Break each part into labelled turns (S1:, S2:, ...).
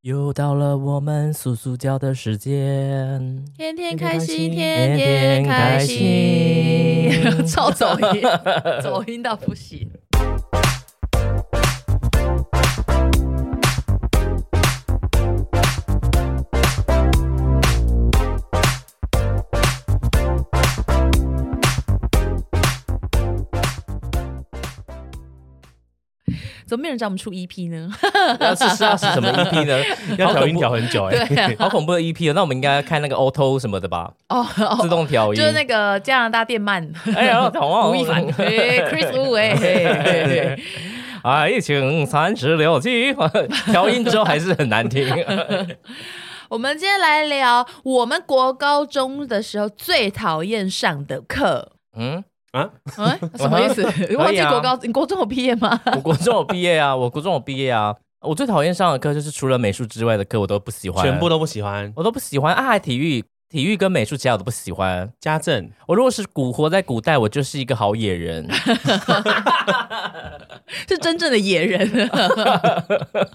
S1: 又到了我们素素教的时 间，
S2: 天
S1: 天
S2: 天开心，
S1: 天
S2: 天天开
S1: 开
S2: 心，
S1: 心
S2: 超走 音，走音到不行。怎么没有人找我们出 EP 呢？
S1: 要是是要是什么 EP 呢？
S3: 要
S1: 好
S3: 调
S1: 恐
S3: 音
S1: 怖
S3: 调很久哎、
S2: 对啊，
S1: 欸 好恐怖的 EP 哦，那我们应该看那个 Auto 什么的吧，
S2: 哦，
S1: 自动调音。
S2: 就是那个加拿大电鳗，
S1: 哎呀，好啊
S2: 吴亦 凡，哎，Chris Wu，哎嘿嘿嘿，
S1: 爱情三十六计，调音之后还是很难听。
S2: 我们今天来聊我们国高中的时候最讨厌上的课。
S1: 嗯，
S2: 嗯，什么意思？你忘记国高，
S1: 啊
S2: 你国中有毕业吗？
S1: 我国中有毕业啊， 我国中有毕业啊。我最讨厌上的课就是除了美术之外的课，我都不喜欢，
S3: 全部都不喜欢。
S1: 我都不喜欢啊。还体育，体育跟美术其他我都不喜欢。
S3: 家政
S1: 我如果是古活在古代，我就是一个好野人。
S2: 是真正的 野人，啊
S1: 呃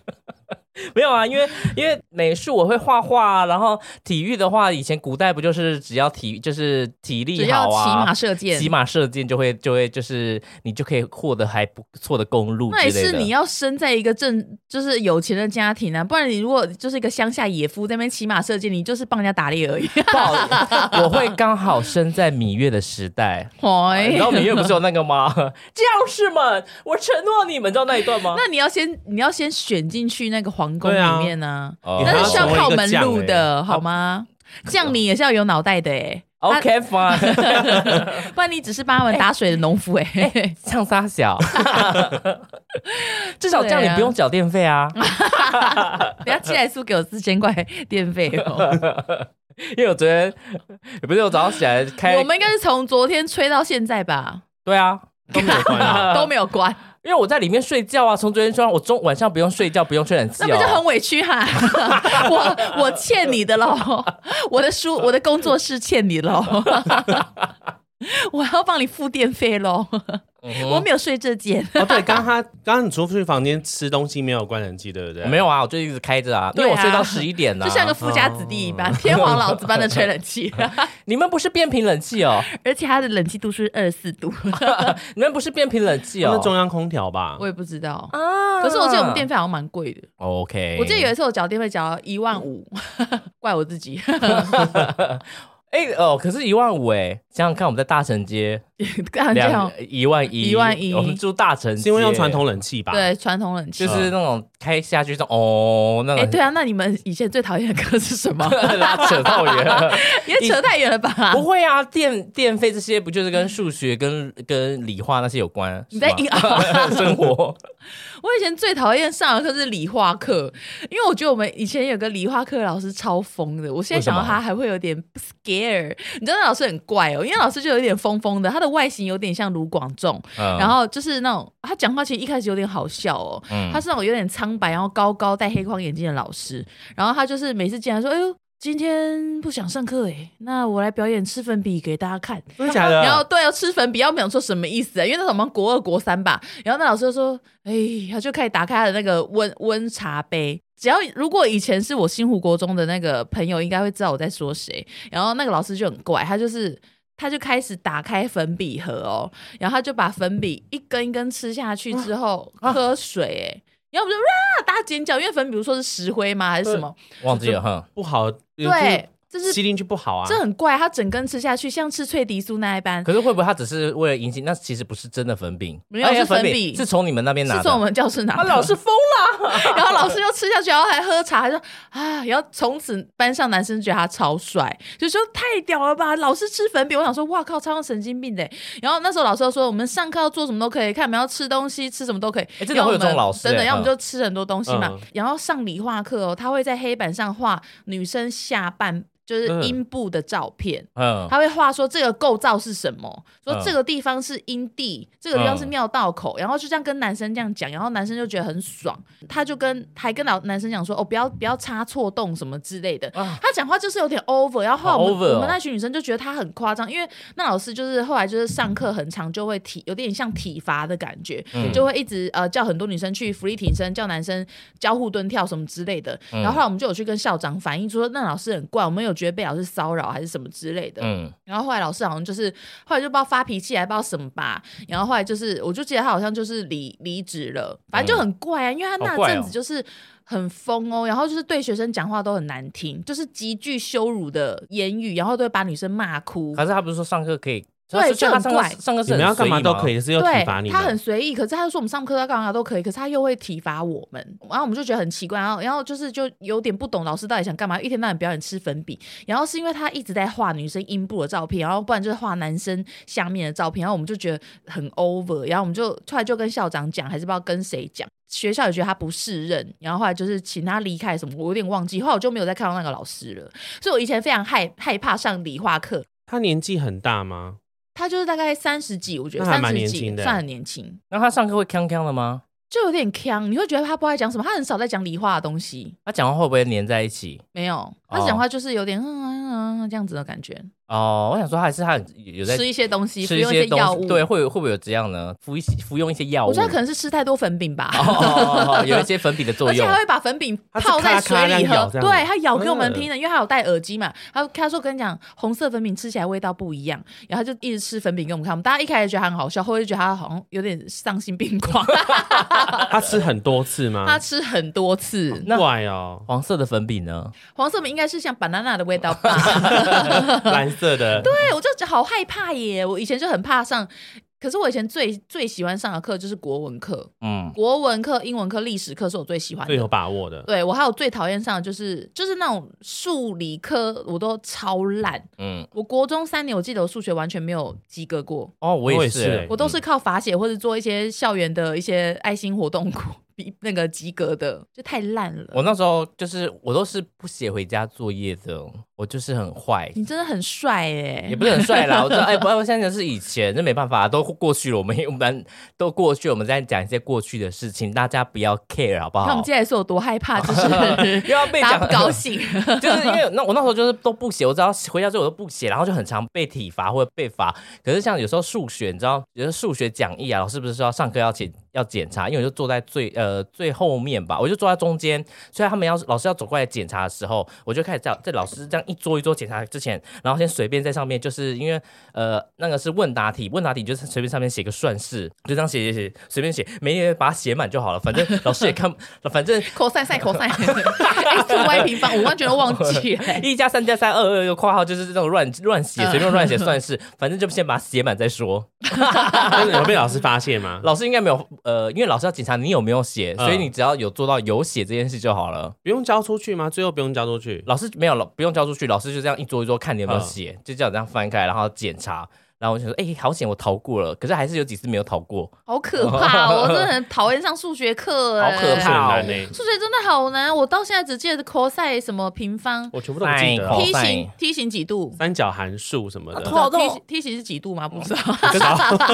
S1: 没有啊，因为因为美术我会画画啊，然后体育的话，以前古代不就是只要体就是体
S2: 只
S1: 力
S2: 要
S1: 好
S2: 骑马
S1: 啊，
S2: 射箭
S1: 骑。马射箭就会就会就是你就可以获得还不错的公路
S2: 那也
S1: 之类
S2: 是
S1: 的。
S2: 你要生在一个正就是有钱的家庭啊，不然你如果就是一个乡下野夫在那边骑马射箭，你就是帮人家打猎而已。
S1: 不好意思我会刚好生在芈月的时代，哦你
S2: 哎
S1: 知，道芈月不是有那个吗？ 将士们，我承诺你们，知道那一段吗？
S2: 哎那你要先你要先选进去那个皇宫
S3: 对啊
S2: 里面呢、
S1: 哦
S3: 你
S2: 那
S3: 还
S2: 是需要
S3: 成为
S2: 靠
S3: 一个
S2: 门
S3: 将
S2: 路
S3: 欸
S2: 的，好吗？将你也是要有脑袋的哎、
S1: OK fine，
S2: 不然你只是帮他们打水的农夫哎、
S1: 唱沙小， 至少这样你不用缴电费 啊，
S2: 等下寄来书给我四千块电费 哦。
S1: 因为我昨天也不是我早上起来开
S2: 我，们应该是从昨天吹到现在吧，，
S1: 对啊，
S3: 都没有关 啊
S2: 都没有关，
S1: 因为我在里面睡觉啊，从昨天说我中晚上不用睡觉，不用吹冷气
S2: 那
S1: 哦。
S2: 不就很委屈哈、 我我欠你的喽， 我的书我的工作室欠你喽， 我要帮你付电费喽，
S1: 嗯
S2: 我
S1: 哼
S2: 没有睡这件。
S3: 哦，对，刚刚他刚刚你出去房间吃东西没有关冷气，对不对？
S1: 我没有啊，我就一直开着啊，因为
S2: 对啊
S1: 我睡到十一点呢、
S2: 就像个富家子弟一般，
S3: 哦
S2: 天王老子般的吹冷气，
S1: 你们不是变频冷气 哦，
S2: 而且它的冷气度是二十四度，
S1: 你们不是变频冷气
S3: 那
S1: 哦
S3: 是。中央空调吧
S2: 我？也不知道。
S1: 啊
S2: 可是我记得我们电 费好像蛮贵的，
S1: 哦 OK，
S2: 我记得有一次我缴电费缴一万五， 怪我自己，
S1: 哎、哦，可是一万五哎，想想看我们在大城街
S2: 干啊这样
S1: 两一万一
S2: 11,000
S1: 我们住大城街，
S3: 是因为用传统冷气吧？，
S2: 对传统冷气
S1: 就。是那种开下去这种哦那
S2: 哎，
S1: 种。
S2: 对啊，那你们以前最讨厌的歌是什么？
S1: 拉扯到远，
S2: 也扯太远了吧？
S1: 不会啊，电电费这些不就是跟数学、跟跟理化那些有关？
S2: 你在
S1: 是吗
S2: 硬 凹。
S1: 生活。
S2: 我以前最讨厌上的课是理化课，因为我觉得我们以前有个理化课老师超疯的，我现在想到
S1: 为什么
S2: 他还会有点 scare。你知道那老师很怪哦，因为老师就有点疯疯的，他的外形有点像卢广仲，
S1: 嗯
S2: 然后就是那种他讲话其实一开始有点好笑哦，
S1: 嗯
S2: 他是那种有点苍白，然后高高戴黑框眼镜的老师，然后他就是每次进来说：“哎呦，今天不想上课诶，那我来表演吃粉笔给大家看。”
S3: 真的假
S2: 然后
S3: 的？
S2: 对哦，吃粉笔，要没有说什么意思啊？因为那时候我们国二、国三吧，然后那老师就说：“哎，他就开始打开他的那个温温茶杯。只要如果以前是我新湖国中的那个朋友，应该会知道我在说谁。然后那个老师就很怪，他就是他就开始打开粉笔盒哦，然后他就把粉笔一根一根吃下去之后、
S3: 啊
S2: 喝水、哎，然后我们就哇大家尖叫，因为粉笔比如说是石灰吗还是什么？
S1: 忘记了哈，
S3: 不好，
S2: 对，这
S3: 就是
S2: 是
S3: 吸进去不好啊。
S2: 这很怪，他整根吃下去像吃脆迪酥那一般。
S1: 可是会不会他只是为了引起？那其实不是真的粉饼，
S2: 没有
S1: 哎呀
S2: 是粉饼
S1: 饼，是从你们那边拿
S2: 是从我
S1: 的。
S2: 们教室拿
S1: 啊，
S2: 的。
S1: 老 师疯了！
S2: 然后老师就吃下去，然后还喝茶，还说啊，然后从此班上男生觉得他超帅，就说太屌了吧，老师吃粉饼，我想说哇靠，超像神经病的欸。然后那时候老师就说我们上课要做什么都可以，看我们要吃东西吃什么都可以，
S1: 哎真的
S2: 然后
S1: 会有
S2: 我
S1: 这种
S2: 们
S1: 老师
S2: 真的，
S1: 欸
S2: 要么
S1: 嗯
S2: 就吃很多东西嘛
S3: 嗯。
S2: 然后上理化课哦，他会在黑板上画女生下半。就是
S3: 嗯
S2: 阴部的照片。
S1: 嗯
S2: 他会画说这个构造是什么，说
S1: 嗯
S2: 这个地方是阴蒂，这个地方是
S1: 嗯
S2: 尿道口，然后就这样跟男生这样讲，然后男生就觉得很爽，他就跟还跟老男生讲说哦，不要不要插错洞什么之类的。
S1: 啊
S2: 他讲话就是有点 over，然后后来
S1: 好
S2: 我们、
S1: over 哦
S2: 我们那群女生就觉得他很夸张，因为那老师就是后来就是上课很长就会体有点像体罚的感觉，
S1: 嗯
S2: 就会一直呃叫很多女生去福利挺身，叫男生交互蹲跳什么之类的。
S1: 嗯
S2: 然后后来我们就有去跟校长反映说，那老师很怪，我们有觉得被老师骚扰还是什么之类的。
S1: 嗯
S2: 然后后来老师好像就是后来就不知道发脾气还不知道什么吧，然后后来就是我就记得他好像就是离离职了，反正就很怪啊，因为他
S1: 嗯好
S2: 那
S1: 怪哦
S2: 阵子就是很疯哦，然后就是对学生讲话都很难听，就是极具羞辱的言语，然后都会把女生骂哭。
S1: 可是他不是说上课可以，
S2: 对
S1: 他是
S2: 就
S1: 他
S2: 很
S1: 上课
S2: 怪
S1: 上课
S3: 你
S1: 是
S3: 们要
S1: 很随
S3: 干
S1: 意
S3: 嘛都可
S1: 以，
S3: 以，是要体
S2: 对
S3: 罚你，
S2: 他很
S3: 们。
S2: 随意，可是他就说我们上课要干嘛都可以，可是他又会体罚我们，然后我们就觉得很奇怪，然后然后就是就有点不懂老师到底想干嘛，一天到晚表演吃粉笔，然后是因为他一直在画女生阴部的照片，然后不然就是画男生下面的照片，然后我们就觉得很 over，然后我们就后来就跟校长讲，还是不知道跟谁讲。学校也觉得他不适任，然后后来就是请他离开什么，我有点忘记。后来我就没有再看到那个老师了，所以我以前非常害害怕上理化课。
S3: 他年纪很大吗？
S2: 他就是大概三十几，我觉得
S3: 那还
S2: 三
S3: 蛮
S2: 十
S3: 年
S2: 几
S3: 轻的
S2: 算很年轻。
S1: 那他上课会锵锵的吗？
S2: 就有点呛，你会觉得他不爱讲什么，他很少在讲理化的东西，
S1: 他讲话会不会粘在一起？
S2: 没有，他讲话就是有点嗯嗯嗯嗯这样子的感觉，
S1: 哦，我想说还是他很有在
S2: 吃一些东西，服
S1: 吃一
S2: 用一
S1: 些
S2: 些药
S1: 东
S2: 物，
S1: 西，对，，会有会不会有这样呢？服一些服用一些药物，
S2: 我觉得可能是吃太多粉饼吧。
S1: 哦哦哦哦有一些粉笔的作
S2: 而且
S1: 用
S2: 还。会把粉饼
S3: 他是
S2: 泡在
S3: 咔啦
S2: 水
S3: 咔啦
S2: 里
S3: 这样
S2: 喝
S3: 咬，这样
S2: 对
S3: 子
S2: 他咬给我
S1: 嗯
S2: 们听的，因为他有戴耳机嘛。他他说跟你讲，红色粉饼吃起来味道不一样，然后他就一直吃粉饼给我们看。我们大家一开始觉得他很好笑，后来就觉得他好像有点丧心病 狂。
S3: 他吃很多次
S2: 他
S3: 吗？
S2: 吃很多次，
S1: 那
S3: 怪哦
S1: ，黄色的粉笔呢？
S2: 黄色粉应该是像 banana 的味道吧？
S3: 蓝色的。
S2: 对，我就觉得好害怕耶！我以前就很怕上，可是我以前最最喜欢上的课就是国文课、
S1: 嗯，
S2: 国文课、英文课、历史课是我最喜欢
S3: 最有
S2: 的。
S3: 把握的，
S2: 对我还有最讨厌上的就是就是那种数理科，我都超烂。
S1: 嗯，
S2: 我国中三年，我记得我数学完全没有及格过，
S1: 哦，我
S3: 我
S1: 也
S3: 也是
S1: 是
S3: 欸，
S2: 我都是靠罚写或者做一些校园的一些爱心活动比那个及格的，就太烂了。
S1: 我那时候就是我都是不写回家作业的，我就是很坏，
S2: 你真的很帅耶
S1: 也！不是很帅 啦。我知道，哎，不，我现在是以前，这没办法，都过去了。我们我们都过去，我们在讲一些过去的事情，大家不要 care 好不
S2: 看我
S1: 好
S2: 们？接下来是有多害怕，就是
S1: 又要 被
S2: 大家
S1: 讲
S2: 不高兴。
S1: 就是因为那我那时候就是都不写，我只要回家之后我都不写，然后就很常被体罚或者被罚。可是像有时候数学，你知道，有时候数学讲义啊，老师不是说要上课要检要检查，因为我就坐在最呃最后面吧，我就坐在中间，所以他们要老师要走过来检查的时候，我就开始在在老师这样一桌一桌检查之前，然后先随便在上面，就是因为呃那个是问答题，问答题就是随便上面写个算式，就这样写写写，随便写，每页把它写满就好了，反正老师也看， 反正
S2: cosine sin cosine x y 平方，我完全都忘记 了。
S1: 一加三加三，二二又括号就是这种乱乱写，
S2: 嗯
S1: 随便乱写算是，反正就先把它写满再说。
S3: 但是有被老师发现吗？
S1: 老师应该没有，呃，因为老师要检查你有没有写，
S3: 嗯
S1: 所以你只要有做到有写这件事就好了。
S3: 不用交出去吗？最后不用交出去。
S1: 老师没有了，不用交出去，老师就这样一桌一桌看你有没
S2: 嗯
S1: 有写，就这样这样翻开，然后检查。然后我就想说，哎、好险我逃过了，可是还是有几次没有逃过。
S2: 好可怕、哦！我真的很讨厌上数学课、哎
S1: 好可怕哦
S3: 是很难欸
S2: 数学真的好难，我到现在只记得 cosine 什么平方、
S3: 我全部都不记得
S1: 哎
S3: 哦，
S2: 梯
S1: cosine
S2: 形、梯形几度。
S3: 三角函数什么
S1: 啊
S3: 的
S1: 突。好痛
S2: 梯形梯形是几度吗？不知道。
S1: 可是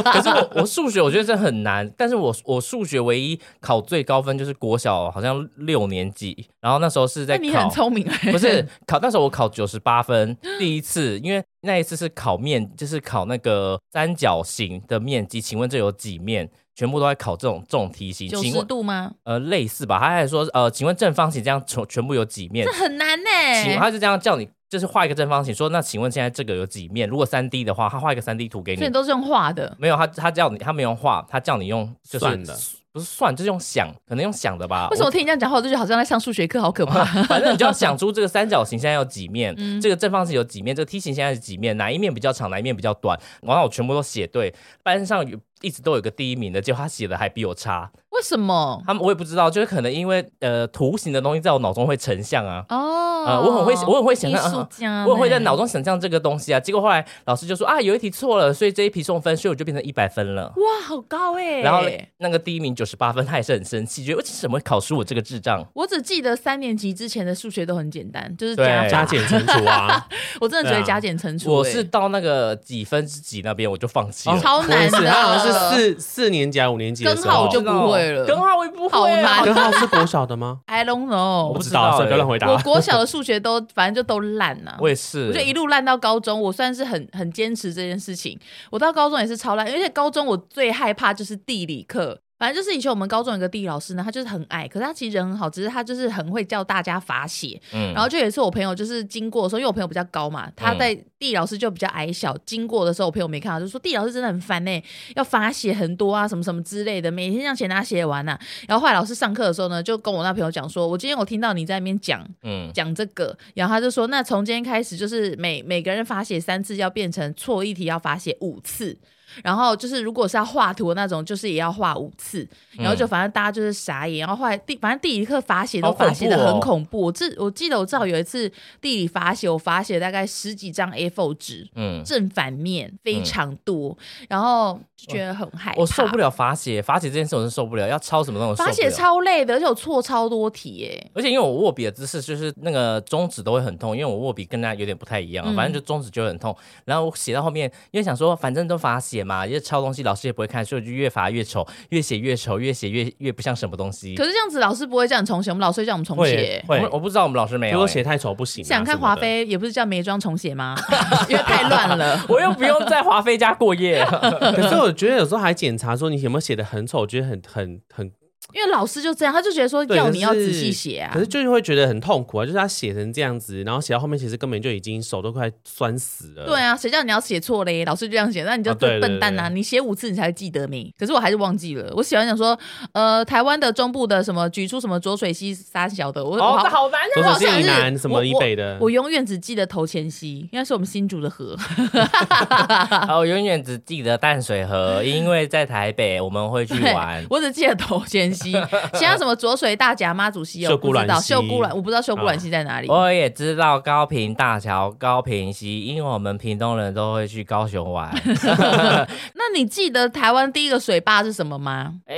S1: 可是我我数学我觉得这很难，但是我我数学唯一考最高分就是国小好像六年级，然后那时候是在
S2: 那
S1: 考
S2: 你很聪明哎、
S1: 不是考那时候我考九十八分，第一次，因为那一次是考面，就是考那个三角形的面积，请问这有几面？全部都在考这种这种题型，
S2: 九
S1: 请
S2: 十
S1: 问
S2: 度吗？
S1: 呃类似吧？他还说呃，请问正方形这样全全部有几面
S2: 这？很难哎、
S1: 请他就这样叫你，就是画一个正方形，说那请问现在这个有几面？如果三 D 的话，他画一个三 D 图给
S2: 所
S1: 你
S2: 以你，都是用画的。
S1: 没有他他叫你他没有画，他叫你用就是
S3: 算的
S1: 不是算就是用想，可能用想的吧？
S2: 为什么
S1: 我
S2: 听你这样讲话，我就觉得好像在上数学课，好 可怕。
S1: 反正你就要想出这个三角形现在有几面，这个正方形有几面，这个梯形现在是几面，哪一面比较长，哪一面比较短，然后我全部都写对。班上有一直都有个第一名的，结果他写的还比我差，
S2: 为什么？
S1: 他们我也不知道，就是可能因为呃图形的东西在我脑中会成像啊，
S2: 哦，
S1: 呃我很会我很会想
S2: 艺
S1: 象
S2: 术家，
S1: 我也会在脑
S2: 中。
S1: 中想象这个东西啊。结果后来老师就说啊有一题错了，所以这一题送分，所以我就变成一百分了。
S2: 哇，好高哎、
S1: 然后那个第一名九十八分，他也是很生气，觉得为什么会考出我这个智障？
S2: 我只记得三年级之前的数学都很简单，就是
S1: 对
S2: 加
S3: 加
S2: 法。
S3: 减乘除啊，
S2: 我真的觉得
S3: 对啊
S2: 加减乘除、
S1: 我
S2: 哎
S1: 是到那个几分之几那边我就放弃了。
S2: 超
S3: 我也
S2: 难
S3: 是，
S2: 的，
S3: 他好像是四四年级还是五年级的时
S2: 根号
S3: 候
S2: 我，就不会了
S1: 根号我也不
S2: 好
S1: 会啊、
S2: 难
S3: 根号是国小的吗？
S2: I don't
S1: 我
S3: 我
S2: know。
S1: 不
S3: 不
S1: 知
S3: 知
S1: 道
S3: 道，所以不要
S1: 欸
S3: 乱回答
S2: 我。国小的数学都 反正就都烂呐、
S1: 我也是，
S2: 我就一路烂到高中，我算是很很坚持这件事情。我到高中也是超烂，而且高中我最害怕就是地理课。反正就是以前我们高中有个地理老师呢，他就是很矮，可是他其实人很好，只是他就是很会叫大家罚写。
S1: 嗯
S2: 然后就有一次我朋友就是经过的时候，因为我朋友比较高嘛，他在地理老师就比较矮小，经过的时候我朋友没看到，就说地理老师真的很烦呢、欸要罚写很多啊，什么什么之类的，每天让写他写完呐、然后后来老师上课的时候呢，就跟我那朋友讲说，我今天我听到你在那边讲
S1: 嗯
S2: 讲这个，然后他就说，那从今天开始就是每每个人罚写三次，要变成错一题要罚写五次。然后就是，如果是要画图的那种，就是也要画五次。
S1: 嗯
S2: 然后就反正大家就是傻眼。然后后来地，反正地理课罚写都
S1: 好恐怖
S2: 罚写的很
S1: 哦
S2: 恐怖。我记我记得我至少有一次地理罚写，我罚写大概十几张 A4 纸，
S1: 嗯，
S2: 正反面非常多，然后就觉得很害怕。
S1: 我受不了罚写，罚写这件事我是受不了，要抄什么那种
S2: 罚写，超累的，而且我错超多题耶。
S1: 而且因为我握笔的姿势就是那个中指都会很痛，因为我握笔跟大家有点不太一样啊，
S2: 嗯
S1: 反正就中指就会很痛。然后我写到后面，因为想说反正都罚写嘛，因为抄东西老师也不会看，所以我就越罚越丑，越写越丑，越写越越不像什么东西。
S2: 可是这样子老师不会叫你重写，我们老师会叫我们重写
S3: 会。
S1: 我
S3: 会
S1: 我，不知道我们老师没
S3: 如
S1: 有、
S3: 果
S1: 欸，
S3: 写太丑不行啊。
S2: 想看
S3: 什么
S2: 华
S3: 的，
S2: 妃也不是叫眉庄重写吗？ 因为太乱 了。
S1: 我又不用在华妃家过 夜。哦
S3: 可是我觉得有时候还检查说你有没有写的很丑，我觉得很很很，
S2: 因为老师就这样，他就觉得说
S3: 对
S2: 要你要
S3: 可是
S2: 仔细写啊
S3: 可。是就是会觉得很痛苦啊，就是他写成这样子，然后写到后面其实根本就已经手都快酸死了。
S2: 对啊，谁叫你要写错嘞？老师就这样写，那你就
S3: 啊对
S2: 笨蛋呐、
S3: 对对
S2: 你写五次你才会记得名，可是我还是忘记了。我喜欢讲说，呃，台湾的中部的什么举出什么浊水溪三小的，我、
S1: 哦，
S2: 我
S1: 这
S2: 好，
S1: 好难
S3: 左
S1: 啊！
S3: 手是以南，什么以北的，
S2: 我永远只记得头前溪，应该是我们新竹的河。
S1: 啊我永远只记得淡水河，因为在台北我们会去
S2: 对
S1: 玩，
S2: 我只记得头前 溪，其他什么浊水大甲妈祖溪哦，
S3: 秀
S2: 我不
S3: 姑
S2: 知
S3: 峦
S2: 道
S3: 溪哦
S2: 秀姑峦，我不知道秀姑峦溪在哪里。
S1: 我也知道高平大桥、高平溪，因为我们屏东人都会去高雄 玩。
S2: 那你记得台湾第一个水坝是什么吗？
S1: 哎、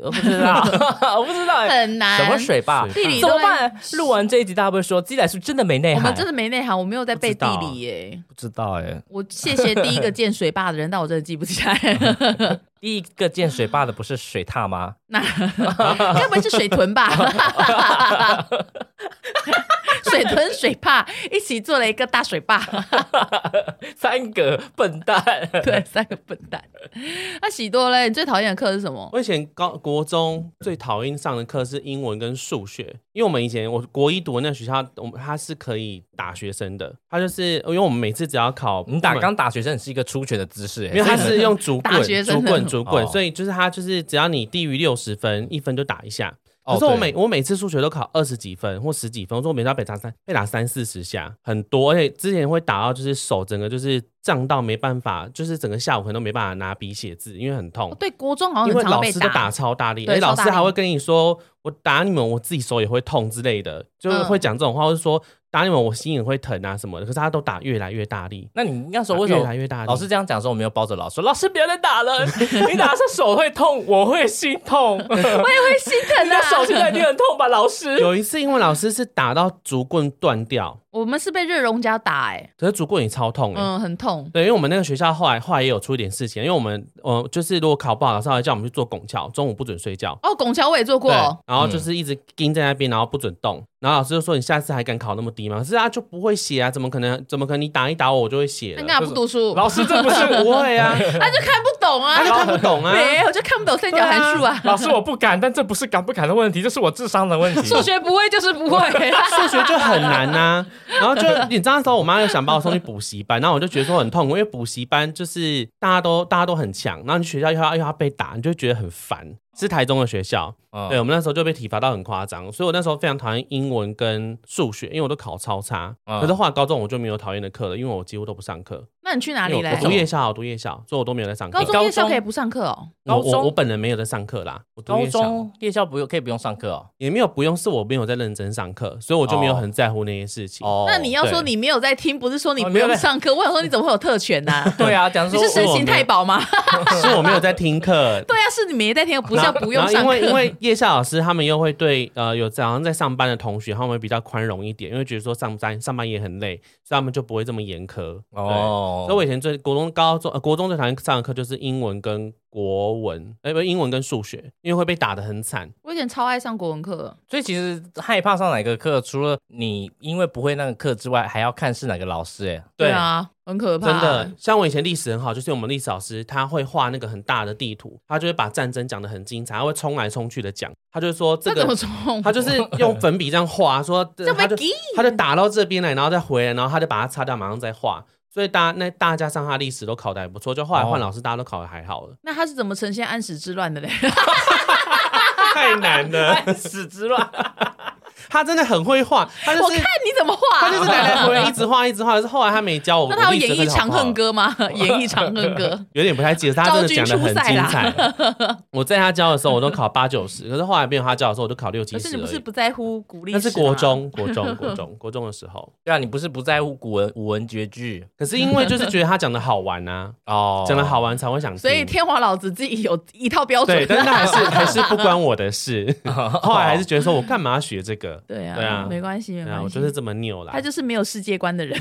S1: 我不知 道， 我不知道、哎
S2: 很难，
S1: 什么水坝？
S3: 水
S2: 地理
S1: 怎
S2: 都哎
S1: 么
S2: 在
S1: 办？录完这一集，大家会说鸡仔是真的没内
S2: 我
S1: 涵，
S2: 们真的没内涵，我没有在背
S3: 不知
S2: 地
S3: 道
S2: 理耶、
S1: 不知道哎、
S2: 我谢谢第一个建水坝的人，但我真的记不起来，
S1: 第一个建水坝的不是水獭吗？
S2: 那 该不会是水豚吧？水豚水坝一起做了一个大水坝，
S1: 三个笨 蛋，
S2: 对，三个笨蛋。那喜多嘞，你最讨厌的课是什么？
S3: 我以前高国中最讨厌上的课是英文跟数学，因为我们以前我国一读的那个学校，我们它是可以打学生的，它就是因为我们每次只要考
S1: 你打
S3: 不
S1: 刚打学生是一个出拳的姿势、哎
S3: 没有，他
S1: 所以
S3: 是用竹
S2: 打学
S3: 棍、
S2: 生
S3: 竹
S2: 的
S3: 棍、竹棍，
S1: 哦
S3: 所以就是他就是只要你低于六十分，一分就打一下。
S1: 哦
S3: 可是我
S1: 对
S3: 每我每次数学都考二十几分或十几分，我说我每次要被打三被打三四十下，很多，而且之前会打到就是手整个就是胀到没办法，就是整个下午可能都没办法拿笔写字，因为很痛
S2: 哦，。对，国中好像
S3: 因
S2: 很
S3: 为
S2: 常
S3: 老
S2: 被
S3: 师都打超大力，
S2: 对
S3: 而且老
S2: 超
S3: 师
S2: 大力
S3: 还会跟你说：“我打你们，我自己手也会痛之类的，就是
S2: 嗯
S3: 会讲这种话，或者说打你们，我心也会疼啊什么的。”可是他都打越来越大力，
S1: 那你那时候为什
S3: 越
S1: 么
S3: 来越大力。
S1: 老师这样讲的时候，我没有抱着老师说：“老师，不要再打 了，你打下手会痛，我会心痛， 你
S2: 我也会心疼
S1: 的手现在一
S2: 啊。
S1: 定很痛吧，老师
S3: 有一次，英文老师是打到竹棍断掉，
S2: 我们是被热熔胶打、欸，
S3: 可是竹棍也超痛哎、欸。
S2: 嗯，很痛。
S3: 对，因为我们那个学校后来后来也有出一点事情，因为我们呃就是如果考不好，老师还叫我们去做拱桥，中午不准睡觉。
S2: 哦，拱桥我也做
S3: 对
S2: 过，，
S3: 然后就是一直盯在那边，然后不准动。然后老师就说：“你下次还敢考那么低吗？”可是他就不会写啊，怎么可能？怎么可能？你打一打我，我就会写
S2: 那
S3: 了
S2: 你。干嘛不读书？
S1: 老师这不
S3: 就是是不会啊，
S2: 他就看不懂啊
S3: 他就，看不懂啊。
S2: 没，我就看不懂三角函数啊，
S1: 老师我不敢，但这不是敢不敢的问题，这是我智商的问题。
S2: 数学不会就是不 会。
S3: 数学就很难呐、然后就你知道那时候，我妈又想把我送去补习班，然后我就觉得说很痛苦，因为补习班就是大家都大家都很强，然后你学校又要又要被打，你就觉得很烦。是台中的学校，
S1: 嗯
S3: 对我们那时候就被体罚到很夸张，所以我那时候非常讨厌英文跟数学，因为我都考超差。
S1: 嗯
S3: 可是后来高中我就没有讨厌的课了，因为我几乎都不上课。
S2: 那你去哪
S3: 因
S2: 里
S3: 为我
S2: 嘞
S3: 我？读夜校，我读夜校，所以我都没有在上课
S2: 高。
S1: 高
S2: 中夜校
S1: 中
S2: 可以不上课哦。
S3: 我
S1: 高中
S3: 我我本人没有在上课啦，我读
S1: 高
S3: 夜校
S1: 中夜校不用可以不用上课哦。
S3: 也没有不用，是我没有在认真上课，所以我就没有
S1: 哦
S3: 很在乎那些事情。
S1: 哦
S2: 那你要说
S3: 对
S2: 你没有在听，不是说你
S1: 哦
S2: 不
S1: 没有
S2: 用
S1: 在
S2: 上课。我想说你怎么会有特权呢？
S1: 对啊，讲
S2: 你
S1: 说
S2: 是神
S3: 我
S2: 行
S3: 没有
S2: 太保吗？。
S3: 是我没有在听课
S2: 对啊，是你没在听， 不是要不用
S3: 然
S2: 上
S3: 后
S2: 课。
S3: 因为因为夜校老师他们又会对呃有早上在上班的同学，他们会比较宽容一点，因为觉得说上班上班也很累，所以他们就不会这么严苛。哦，
S1: 哦，
S3: 所以我以前最国中、高中、呃、国中最讨厌上的课就是英文跟国文，哎、不，英文跟数学，因为会被打得很惨。
S2: 我以前超爱上国文课，
S1: 所以其实害怕上哪个课，除了你因为不会那个课之外，还要看是哪个老师、欸。
S2: 对啊，很可怕。
S3: 真的，，像我以前历史很好，就是我们历史老师他会画那个很大的地图，他就会把战争讲得很精彩，他会冲来冲去的讲，他就说这
S2: 这怎么
S3: 个，
S2: 冲？
S3: 他就是用粉笔这样画，说
S2: 这
S3: 他
S2: 被
S3: 就
S2: 给。
S3: 他就打到这边来，然后再回来，然后他就把它擦掉，马上再画。所以大家那大家上他历史都考得还不错，就后来换
S1: 哦
S3: 老师，大家都考得还好了
S2: 那他是怎么呈现安史之乱的嘞？
S3: 太难了，
S1: 死之乱，
S3: 他真的很会画，他
S2: 我
S3: 就
S2: 看
S3: 是
S2: 你怎么画、
S3: 他就是来来回回一直画一直画，可是后来他没教我。
S2: 那他
S3: 我
S2: 有
S3: 历史
S2: 演绎
S3: 真的
S2: 《
S3: 好不
S2: 长
S3: 好
S2: 恨歌》吗？ 演绎《长恨歌》
S3: 有点不太记得，他真的讲的很精彩。 我在他教的时候，我都考八九十，可是后来没有他教的时候，我都考六七
S2: 可
S3: 十
S2: 是
S3: 而
S2: 你不是
S3: 已。
S2: 不在乎鼓励？
S3: 那是国。中，国中，国中，国中的时候。
S1: 对啊，你不是不在乎古文古文绝句
S3: 可是因为就是觉得他讲的好玩 啊，
S1: 哦，
S3: 讲 的好玩才会想听。
S1: 嗯
S2: 所以天皇老子自己有一套标准。
S3: 对，但是他还是还是不关我的事。后来还是觉得说我干嘛要学这个？
S2: 对啊，
S3: 对啊
S2: 没关系，没
S3: 对
S2: 关
S3: 啊，
S2: 系。
S3: 我就是这么拗啦
S2: 他。就是没有世界观的人。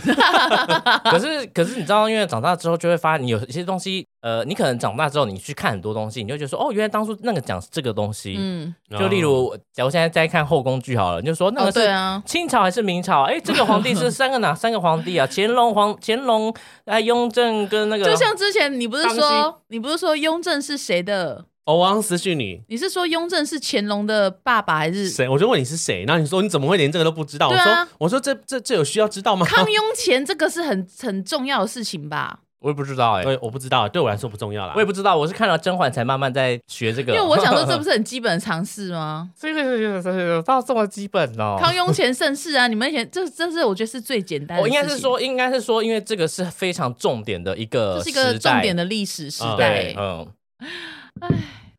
S1: 可是可是你知道，因为长大之后就会发现，你有一些东西，呃，你可能长大之后你去看很多东西，你就觉得说，哦，原来当初那个讲这个东西，
S2: 嗯，
S1: 就例
S3: 哦
S1: 如，假如现在在看后宫剧好了，你就说那
S2: 哦，
S1: 个
S2: 对
S1: 是
S2: 啊，
S1: 清朝还是明朝？哎，这个皇帝是三个哪三个皇帝啊？乾隆皇乾隆哎，雍正跟那个
S2: 就像之前你不是
S1: 康
S2: 说，你不是说雍正是谁的？
S3: 哦，我刚私讯你
S2: 你是说雍正是乾隆的爸爸还 是？
S3: 谁，我就问你是谁，然后你说你怎么会连这个都不知道？我
S2: 对啊
S3: 说我说这这这有需要知道吗？
S2: 康雍乾这个是很很重要的事情吧？
S1: 我也不知道哎、
S3: 对， 我不知道，对我来说不重要啦。
S1: 我也不知道，我是看了甄嬛才慢慢在学这个。？
S2: 因为我想说，这不是很基本的常识吗
S1: 这个这个到这么基本 哦
S2: 康雍乾盛世啊，你们以前这这是我觉得是最简单的。
S1: 我应该是，说，应该是说，因为这个是非常重点的一个
S2: 这是一个
S1: 时代
S2: 重点的历史时代
S1: 对，。嗯，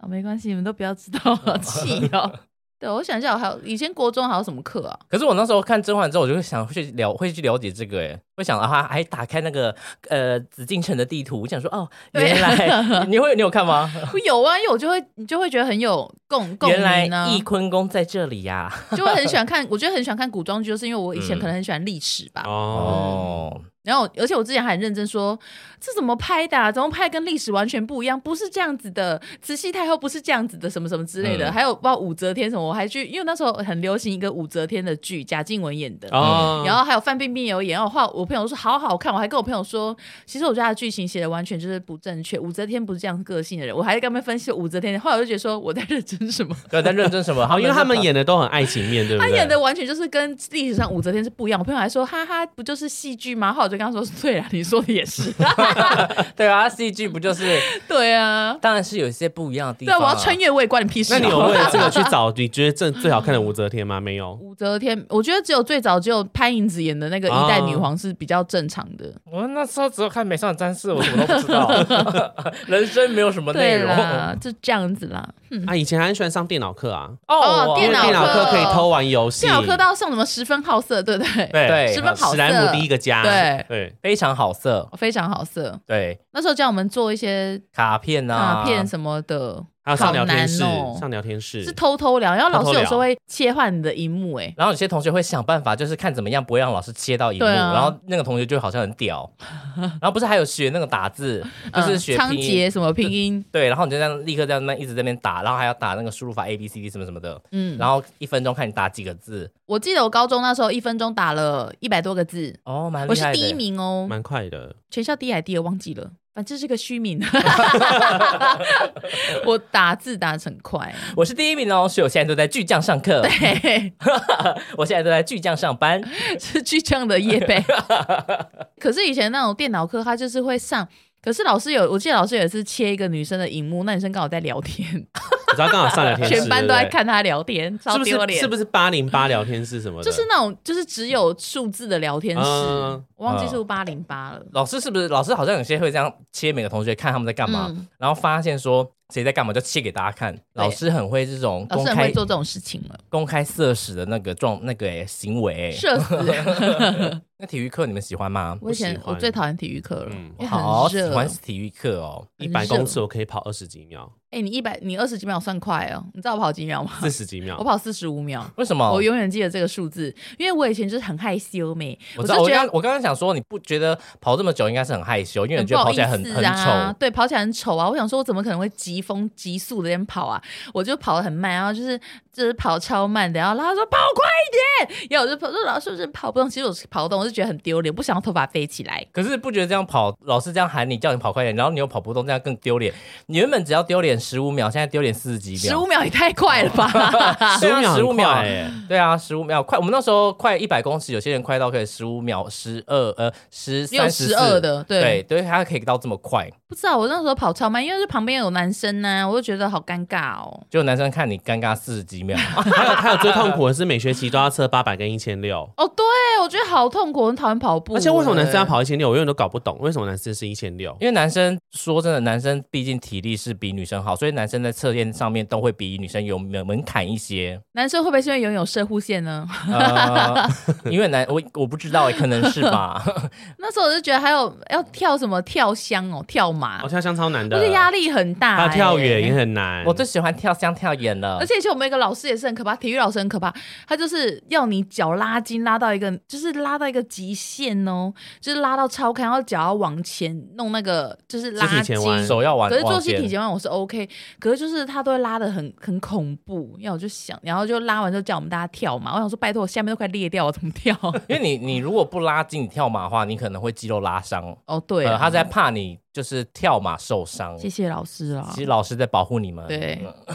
S2: 哦，没关系，你们都不要知道，好气哦。 对，我想一下，我还有以前国中还有什么课 啊？
S1: 可是我那时候看甄嬛之后，我就会想去了，会去了解这个，哎，会想啊，还还打开那个呃紫禁城的地图，我想说哦，
S2: 对
S1: 原 来你会你有看吗？
S2: 我有啊，因为我就会你就会觉得很有共共
S1: 原来
S2: 鸣啊呢、
S1: 翊坤宫在这里呀、
S2: 就会很喜欢看。我觉得很喜欢看古装剧，就是因为我以前可能很喜欢历史吧。
S3: 哦，
S1: 哦，
S2: 然后，而且我之前还很认真说，这怎么拍的、啊？怎么拍跟历史完全不一样？不是这样子的，慈禧太后不是这样子的，什么什么之类的。
S1: 嗯
S2: 还有不知道武则天什么，我还去，因为那时候很流行一个武则天的剧，贾静雯演的。
S3: 哦，
S2: 然后还有范冰冰也有演，然后后来我朋友说好好看，我还跟我朋友说，其实我觉得他的剧情写的完全就是不正确，武则天不是这样个性的人，我还跟他们分析武则天，后来我就觉得说我在认真什么，
S1: 对，在认真 什么？
S3: 好，因为他们
S1: 在
S3: 演的都很爱情面，对不
S2: 他
S3: 对？
S2: 演的完全就是跟历史上武则天是不一样。我朋友还说哈哈，不就是戏剧吗？后来我就跟他说 对啊，你说的也是，
S1: 对啊，戏剧不就是
S2: 对啊，
S1: 当然是有一些不一样的地
S2: 对啊，
S1: 方、
S2: 我要穿越我也关你屁事
S3: 那
S2: 哦。
S3: 你有为了这个去找你觉得这最好看的武则天吗？没有。
S2: 武则天， 我觉得只有最早只有潘迎紫演的那个一代女皇是比较正常的。
S1: 我那时候只有看《美少女战士》，我什么都不知 道，人生没有
S3: 哦
S1: 什么内
S2: 对
S1: 容。
S2: 啦，就这样子啦。
S3: 啊，以前还很喜欢上电脑课啊，
S2: 哦
S1: 我
S3: 因
S2: 嗯电
S3: 为
S2: 脑
S3: 电脑
S2: 课
S3: 课可以偷玩游戏，
S2: 幸好科到上什么十分好色，对不对？
S1: 对
S3: 对
S2: 十分好色，
S3: 史莱姆第一个家，
S2: 对
S3: 对，
S1: 非常好色，
S2: 非常好色。
S1: 对
S2: 那时候叫我们做一些
S1: 卡片啊，
S2: 卡片什么的，
S3: 还有上聊天室
S2: 好难哦，
S3: 上聊天室
S2: 是偷偷聊，然后老师
S3: 偷偷聊
S2: 有时候会切换你的荧幕、欸，
S1: 然后有些同学会想办法，就是看怎么样不会让老师切到荧幕，
S2: 对啊
S1: 然后那个同学就好像很 屌，然后不是还有学那个打字，就
S2: 嗯，
S1: 是学
S2: 仓
S1: 拼音，
S2: 颉什么拼音，
S1: 对，然后你就这样立刻在那一直在那边打，然后还要打那个输入法 A B C D 什么什么的，
S2: 嗯，
S1: 然后一分钟看你打几个字，
S2: 我记得我高中那时候一分钟打了一百多个字，
S1: 哦，蛮
S2: 我
S1: 厉
S2: 是
S1: 害的。
S2: 第一，名哦，
S3: 蛮快的。
S2: 全校第一还是第二忘记了，反正是个虚名。 我打字打得很快，
S1: 我是第一名哦，所以我现在都在巨匠上课，
S2: 对，
S1: 我现在都在巨匠上班。
S2: 是巨匠的夜 呗。可是以前那种电脑课，他 就是会上。可是老师有，我记得老师有一次切一个女生的荧幕，那女生刚好在聊天，
S3: 我知道刚好上聊天室，
S2: 全班都在
S3: 对不对
S2: 看他聊天，超
S3: 是
S2: 丢
S3: 不是
S2: 脸。
S3: 是不是八零八聊天室什么的？
S2: 就是那种，就是只有数字的聊天室，
S3: 嗯
S2: 我忘记是八零八了。
S1: 老师是不是老师好像有些会这样切每个同学看他们在干嘛，
S2: 嗯
S1: 然后发现说谁在干嘛就切给大家看。老师很会这种
S2: 老
S1: 公
S2: 师很
S1: 开
S2: 会做这种事情了，
S1: 公开色史的那个状那个、欸、行为、欸。
S2: 社死！
S1: 那体育课你们喜欢吗？
S2: 我以前
S3: 不喜欢
S2: 我最讨厌体育课了，
S3: 嗯
S2: 因为
S1: 好
S2: 很
S1: 喜
S2: 热。
S1: 欢体育课哦。
S3: 一百
S2: 很
S3: 公
S2: 热
S3: 尺我可以跑二十几 秒、
S2: 哎，你一百，你二十几秒算快哦，你知道我跑几秒吗？
S3: 四十几秒
S2: 我。跑四十五秒。
S1: 为什
S3: 哦
S1: 么？
S2: 我永远记得这个数字，因为我以前就是很害羞没，
S1: 我
S2: 就
S1: 知道，我
S2: 觉
S1: 刚
S2: 得
S1: 我刚刚想说，你不觉得跑这么久应该是很害羞，因为你觉得
S2: 嗯不好
S1: 跑
S2: 意
S1: 起来很
S2: 思
S1: 很
S2: 啊
S1: 丑，。
S2: 对，跑起来很丑啊！我想说，我怎么可能会疾风急速的边跑啊？我就跑得很慢，然后就是就是跑超慢的，然后他说跑快一点，然后我就跑说老师是跑不动，其实我是跑得动，我就觉得很丢脸，不想要头发飞起来。
S1: 可是不觉得这样跑，老师这样喊你，叫你跑快点，然后你又跑不动，这样更丢脸。你原本只要丢脸十五秒，现在丢脸四十几
S2: 十
S1: 秒
S2: 五。秒也太快了吧！
S1: 对啊
S3: 十
S1: 15
S3: 五
S1: 秒
S3: 秒很快欸，
S1: 对啊，十五秒快，我们那时候快一百公尺，有些人快到可以十五秒、十二呃十
S2: 也
S1: 三
S2: 有十二，的，对，
S1: 对对，他可以到这么快。
S2: 不知道我那时候跑超慢，因为是旁边有男生呢、我就觉得好尴尬哦。
S1: 就男生看你尴尬四十几秒，
S3: 还有还有最痛苦的是每学期都要测八百跟一千六，
S2: 哦，对，我觉得好痛苦，我很讨厌跑步。
S3: 而且为什么男生要
S2: 哎
S3: 跑一千六？我永远都搞不懂为什么男生是一千六。
S1: 因为男生说真的，男生毕竟体力是比女生好，所以男生在测验上面都会比女生有门门槛一些。
S2: 男生会不会是因为拥有射护线呢？
S1: 呃， 因为男我我不知道、欸，可能是 吧。
S2: 那时候我就觉得还有要跳什么跳箱哦，跳马，
S3: 哦，
S2: 我
S3: 跳箱超难
S2: 觉
S3: 的，
S2: 得压力很大、
S3: 还有跳远也
S2: 欸。
S3: 很难。
S1: 我最喜欢跳箱跳远了
S2: 而。且以前我们有一个老师也是很可怕，体育老师很可怕，他就是要你脚拉筋拉到一个，就是拉到一个极限哦，就是拉到超开，然后脚要往前弄那个，就是
S3: 肢
S2: 拉
S3: 体
S2: 筋
S3: 前。弯
S1: 手要往
S2: 可是做
S1: 往
S2: 肢体
S1: 前，
S2: 前弯我是 OK，可是就是他都会拉的很很恐怖，然后我就想，然后就拉完之后叫我们大家跳嘛，我想说拜托我下面都快裂掉，我怎么跳？
S1: 因为你你如果不拉筋你跳马的话，你可能会肌肉拉伤。
S2: 哦对啊、
S1: 呃，他在怕你就是跳马受伤。
S2: 谢谢老师啦
S1: 其。实老师在保护你们。
S2: 对
S1: 嗯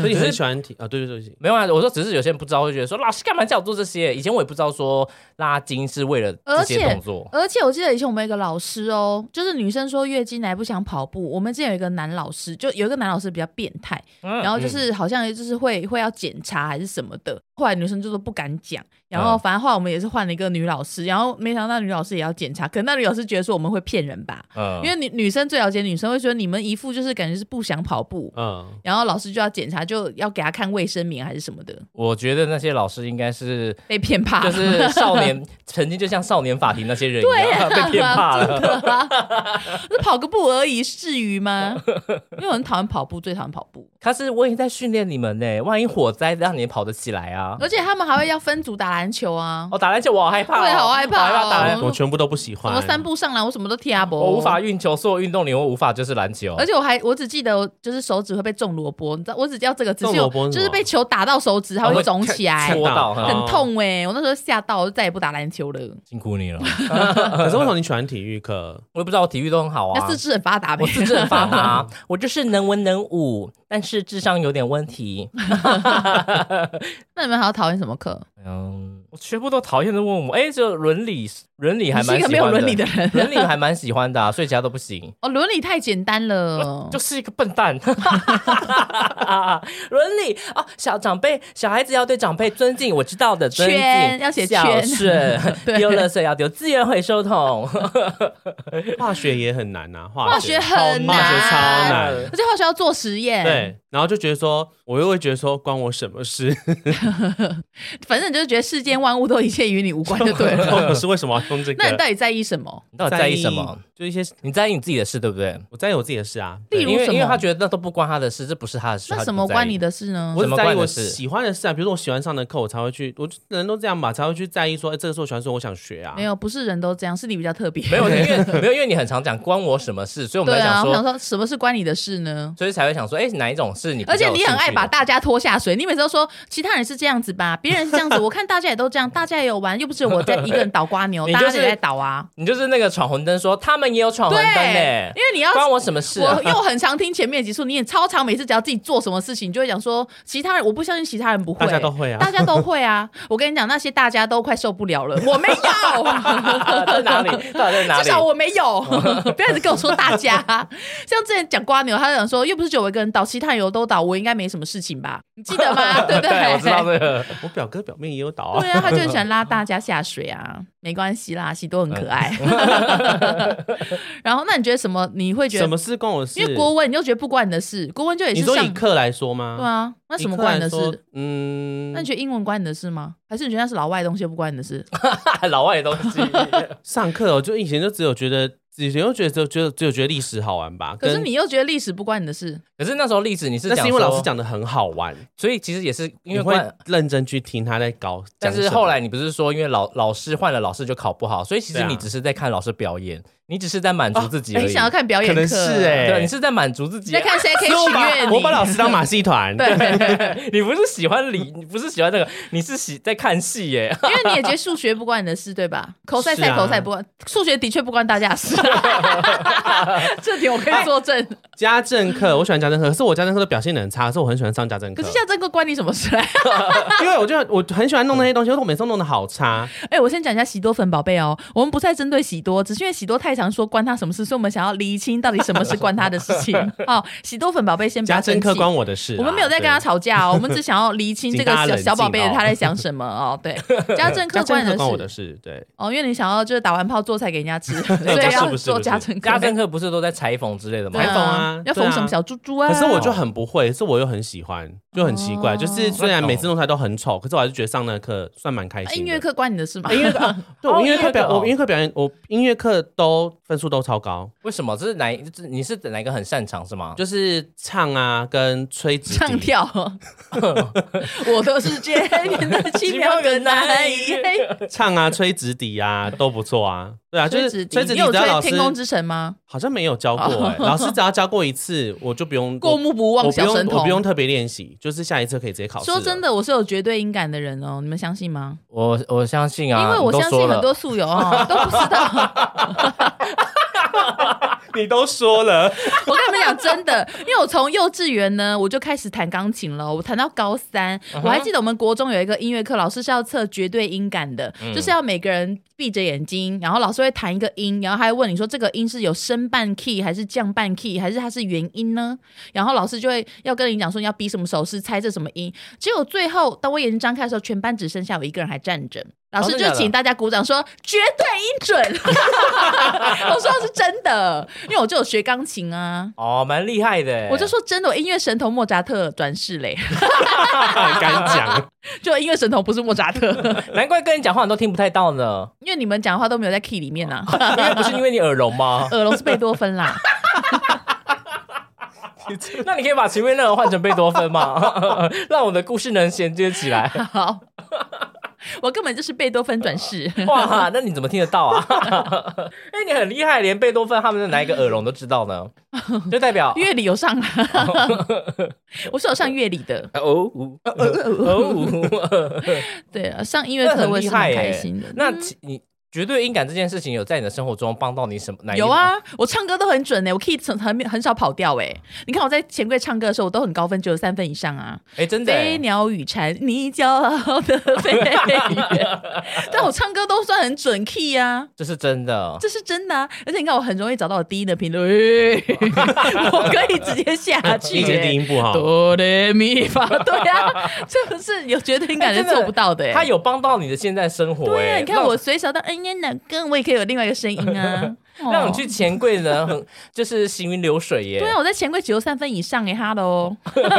S3: 所以你很喜欢体啊？对对对，
S1: 没有啊，我说只是有些人不知道，会觉得说老师干嘛叫我做这些？以前我也不知道说拉筋是为了这些
S2: 而且
S1: 动作。
S2: 而且我记得以前我们有一个老师哦，就是女生说月经来不想跑步。我们之前有一个男老师，就有一个男老师比较变态，
S1: 嗯
S2: 然后就是好像就是会会要检查还是什么的。后来女生就说不敢讲，然后
S1: 嗯
S2: 反正后来我们也是换了一个女老师，然后没想到女老师也要检查，可能那女老师觉得说我们会骗人吧，
S1: 嗯
S2: 因为女女生最了解女生，会觉得你们一副就是感觉是不想跑步。
S3: 嗯，
S2: 然后老师就要检查，就要给她看卫生棉还是什么的，
S1: 我觉得那些老师应该是
S2: 被骗怕
S1: 就
S2: 了。
S1: 是少年 曾经就像少年法庭那些人一
S2: 啊
S1: 样 被骗怕了。
S2: 那跑个步而已，至于吗？因为我很讨厌跑步，最讨厌跑步，
S1: 他是我也在训练你们呢，万一火灾让你跑得起来啊！
S2: 而且他们还会要分组打篮球啊，
S1: 哦，打篮球我好害怕、哦，
S2: 对好害怕哦
S1: 好害怕打篮球，
S3: 哎我全部都不喜
S2: 什
S3: 欢。
S2: 么三步上篮，我什么都踢阿伯，
S1: 啊哦我无法。运球，所有运动里我无法就是篮球。
S2: 而且我还我只记得我就是手指会被种萝卜，你知道我只叫这个，只
S3: 种
S2: 是
S3: 萝
S2: 有
S3: 卜是什么
S2: 就是被球打到手指，它会肿起来，
S1: 戳到嗯
S3: 看
S2: 很痛哎、我那时候吓到，我就再也不打篮球了。
S1: 辛苦你了，
S3: 可是为什么你喜欢体育课？
S1: 我也不知道我体育都很好啊。
S2: 那四肢很发达呗，
S1: 我四肢很发达，啊我就是能文能武，但是智商有点问题。
S2: 那你们还要讨厌什么课？
S1: 嗯，我全部都讨厌的问我，哎、这伦理伦理还
S2: 你是
S1: 蛮
S2: 一
S1: 喜
S2: 个
S1: 欢
S2: 没有伦理的，
S1: 伦
S2: 人。
S1: 理还蛮喜欢的、啊，所以其他都不行。
S2: 哦，伦理太简单了，
S1: 就是一个笨蛋， 伦理啊，小长辈小孩子要对长辈尊敬，我知道的，尊敬
S2: 圈要写
S1: 孝
S2: 圈
S1: 顺
S2: 对
S1: 丢垃圾要丢资源回收桶，
S3: 化学也很难 呐，化
S2: 化学很
S3: 化学超
S2: 难，
S1: 嗯
S3: 难。
S2: 而且化学要做实验。
S3: 对，然后就觉得说，我又会觉得说，关我什么事？
S2: 反正你就是觉得世间万物都一切与你无关就对 了。
S3: 我是为什么要用这个？
S2: 那你到底在意什么？
S1: 你到底在意什么？？
S3: 就一些
S1: 你在意你自己的事，对不对？
S3: 我在意我自己的事啊。
S2: 例
S1: 因
S2: 如
S1: 为
S2: 什
S1: 因为他
S2: 么？
S1: 觉得那都不关他的事，这 不是他的事，
S2: 那
S1: 他就
S2: 什
S1: 不
S2: 么
S1: 在
S2: 关
S1: 意
S2: 你？的事呢？
S3: 我
S1: 怎
S3: 只
S1: 么
S3: 在
S1: 关
S3: 意
S1: 你
S3: 我
S1: 的事
S3: 喜欢的事啊，比如说我喜欢上的课，我才会去。我就人都这样吧，才会去在意说，哎、这个是我喜欢，所以我想学啊。
S2: 没，有，不是人都这样，是你比较特别。
S1: 没有，因为 没有，因为你很常讲关我什么事，所以我们
S2: 对
S1: 在
S2: 啊，
S1: 想说，
S2: 我想说什么是关你的事呢？
S1: 所以才会想说，哎、哪一种是你比较
S2: 啊而
S1: 有兴趣
S2: 且
S1: 的？
S2: 你很爱把大家拖下水，你每次都说其他人是这样子吧，别人是这样子子，我看大家也都这样，大家也有玩，又不是我在一个人倒瓜牛，
S1: 你
S2: 大
S1: 就是
S2: 家也在倒啊。
S1: 你就是那个闯红灯说他们也有闯红
S2: 对
S1: 灯呢，
S2: 因为你要
S1: 关我什么事、啊
S2: 我？又很常听前面的集数，你也超常，每次只要自己做什么事情，你就会讲说其他人，我不相信其他人不会，
S3: 大家都会啊
S2: 大家都会啊。我跟你讲，那些大家都快受不了了，我没有
S1: ，在哪 里？到底在哪里？
S2: 至少我没有， 不要一直跟我说大家。像之前讲瓜牛，他就讲说，又不是只有我一个人倒，其他人有都倒，我应该没什么事情吧？你记得 吗？对不对？
S1: 我知道这个。
S3: 我表哥表妹也有倒啊
S2: 对，啊，他就很喜欢拉大家下水啊，没关系啦，喜多很可爱。 然后，那你觉得什么？你会觉
S3: 什
S2: 得，
S3: 么事关我事？
S2: 啊因为国文你就觉得不关你的事，国文就也
S3: 你
S2: 是
S3: 说以
S2: 上
S3: 课来说吗？
S2: 对啊，那
S3: 以
S2: 什么
S3: 课
S2: 关你
S3: 来
S2: 的
S3: 说
S2: 事？？
S3: 嗯，
S2: 那你觉得英文关你的事吗？还是你觉得那是老外的东西不关你的事？
S1: 老外的东西，
S3: 上课哦，就以前就只有觉得，以前就觉得只有觉得只有觉得历史好玩吧。
S2: 可是
S3: 跟
S2: 你又觉得历史不关你的事，
S1: 可是那时候例子你是
S3: 那
S1: 讲，
S3: 是因为老师，讲的很好玩，
S1: 所以其实也是因
S3: 你
S1: 为
S3: 会
S1: 关。
S3: 认真去听他在搞。
S1: 但
S3: 讲
S1: 是
S3: 什么
S1: 后来你不是说，因为老老师换了，老师就考不好，所以其
S3: 对
S1: 实
S3: 啊
S1: 你只是在看老师表演，你只是在满足自己而
S2: 哦你
S1: 已。
S2: 哎想要看表演
S3: 可能
S2: 课？
S3: 是哎、
S1: 对，你是在满足自
S2: 你
S1: 己
S2: 在
S1: 啊。
S2: 看谁可以
S3: 是我
S2: 取
S3: 把
S2: 悦你？
S3: 我把老师当马戏 团，
S2: 对，
S1: 你不是喜欢理，你不是喜欢那个，你是喜在看戏 耶。
S2: 因为你也觉得数学不关你的事，对 吧？口塞
S3: 是
S2: 塞
S3: 啊
S2: 口塞不关，数学的确不关大家的事。
S3: 啊
S2: 这点我可以作证。
S3: 家政课我喜欢家政课，可是我家政课的表现得很差，可是我很喜欢上家政课
S2: 可是，像这个关你什么事？ 哎、
S3: 因为我就我很喜欢弄那些东西，可是我每次都弄得好差。
S2: 哎我先讲一下喜多粉宝贝哦，我们不再针对喜多，只是因为喜多太常说关他什么事，所以我们想要厘清到底什么是关他的事 情。好，喜多粉宝贝先不要
S3: 家政
S2: 生
S3: 课
S2: 气。
S3: 关我的事啊、
S2: 我们没有在跟他
S3: 对。
S2: 吵架 哦，我们只想要厘清这个
S3: 请大家
S2: 小
S3: 冷静
S2: 小宝贝
S3: 哦
S2: 他在想什么哦。 对，家政课
S3: 家
S2: 关
S3: 政
S2: 你
S3: 课关我
S2: 的
S3: 的
S2: 事
S3: 事，对，
S2: 哦，因为你想要就是打完炮做菜给人家吃， 所
S3: 不
S2: 以
S3: 是
S2: 要
S3: 不是
S2: 啊做
S3: 不是
S2: 家政课。
S1: 家政课不是都在裁缝之类的吗
S2: 对？
S3: 还缝啊
S2: 要缝什么小猪猪啊？
S3: 可是我就很不会，是我又很喜欢，就很奇怪。
S2: 哦
S3: 就是虽然每次弄出来都很丑，可是我还是觉得上那个课算蛮开
S2: 啊
S3: 心
S2: 音
S3: 的。
S2: 乐课关你的事吗？
S3: 音乐课，啊对我
S1: 哦
S3: 音乐课表，
S1: 音乐课哦
S3: 我音乐课表演，我音乐课都分数都超高，
S1: 为什么？这是哪一？这你是哪一个很擅长是吗？
S3: 就是唱啊跟吹直笛
S2: 唱。跳， 我的世界变得奇妙的难以。
S3: 唱啊，吹直笛 啊，都不错啊。对 啊，就是
S2: 吹
S3: 吹
S2: 笛你
S3: 直笛，
S2: 有
S3: 只
S2: 吹
S3: 要老
S2: 《
S3: 师
S2: 天空之城》吗？
S3: 好像没有教过
S2: 哦
S3: 哎、老师只要教过一次，我就不用
S2: 过目不
S3: 我
S2: 忘
S3: 我不
S2: 小
S3: 用
S2: 神
S3: 我不用
S2: 童。
S3: 特别练习，就是下一次可以直接考试。
S2: 说真，的，我是有绝对音感的人哦，你们相信吗？
S1: 我我相信啊，
S2: 因为
S1: 你
S2: 我
S1: 都
S2: 相
S1: 说
S2: 信
S1: 了
S2: 很多宿友哦都不知道。
S3: 你都说了，
S2: 我跟你们讲真的，因为我从幼稚园呢我就开始弹钢琴了，我弹到高三，我还记得我们国中有一个音乐课，老师是要测绝对音感的，就是要每个人闭着眼睛，然后老师会弹一个音，然后还会问你说这个音是有升半 key 还是降半 key，还是它是元音呢？然后老师就会要跟你讲说你要比什么手势，猜这什么音。结果最后当我眼睛张开的时候，全班只剩下我一个人还站着。老师
S1: 哦真的假
S2: 就
S1: 的
S2: 请大家鼓掌说绝对音准， 我说的是真的，因为我就有学钢琴啊，
S1: 哦，蛮厉害的。
S2: 我就说真的，我音乐神童莫扎特转世嘞，
S3: 哎敢讲，
S2: 就音乐神童不是莫扎特，
S1: 难怪跟你讲话你都听不太到呢，
S2: 因为你们讲话都没有在 key 里面啊。
S1: 因为不是因为你耳聋吗？
S2: 耳聋是贝多 芬啦，
S1: 那你可以把前面那个换成贝多芬吗？ 让我的故事能衔接起来。
S2: 好，我根本就是贝多芬转世。
S1: 哦哇，那你怎么听得到啊？ 哎、你很厉害，连贝多芬他们的哪一个耳聋都知道呢，就代 表
S2: 乐理有 上啦，我是有上乐理的，
S1: 哦呜哦呜，
S2: 对啊，上音乐
S1: 那
S2: 课
S1: 很
S2: 我也
S1: 厉
S2: 是蛮
S1: 害
S2: 开
S1: 耶
S2: 心的。。
S1: 那其你绝对音感这件事情有在你的生活中帮到你什么？哪一
S2: 有啊，我唱歌都很准呢、我 key 很很很少跑调哎、你看我在钱柜唱歌的时候，我都很高分，只有三分以上啊。
S1: 种，哎、真的、
S2: 飞
S1: 欸。
S2: 鸟与蝉，你骄傲的 飞远。但我唱歌都算很准 key 啊，
S1: 这是真的，
S2: 这是真的啊。而且你看，我很容易找到我低音的频率，我可以直接下去
S3: 你直接第
S2: 耶、
S3: 一步哈。
S2: 哆来咪发，对啊，这不是有绝对感觉
S1: 哎真的
S2: 做不到的、欸。
S1: 他有帮到你的现在生活、
S2: 对啊，
S1: 哎
S2: 你看我随手到嗯呀哪根，我也可以有另外一个声音 啊。
S1: 让
S2: 哦
S1: 你去钱柜呢，很就是行云流水耶。
S2: 对啊，我在钱柜只有三分以上哎、哈 喽，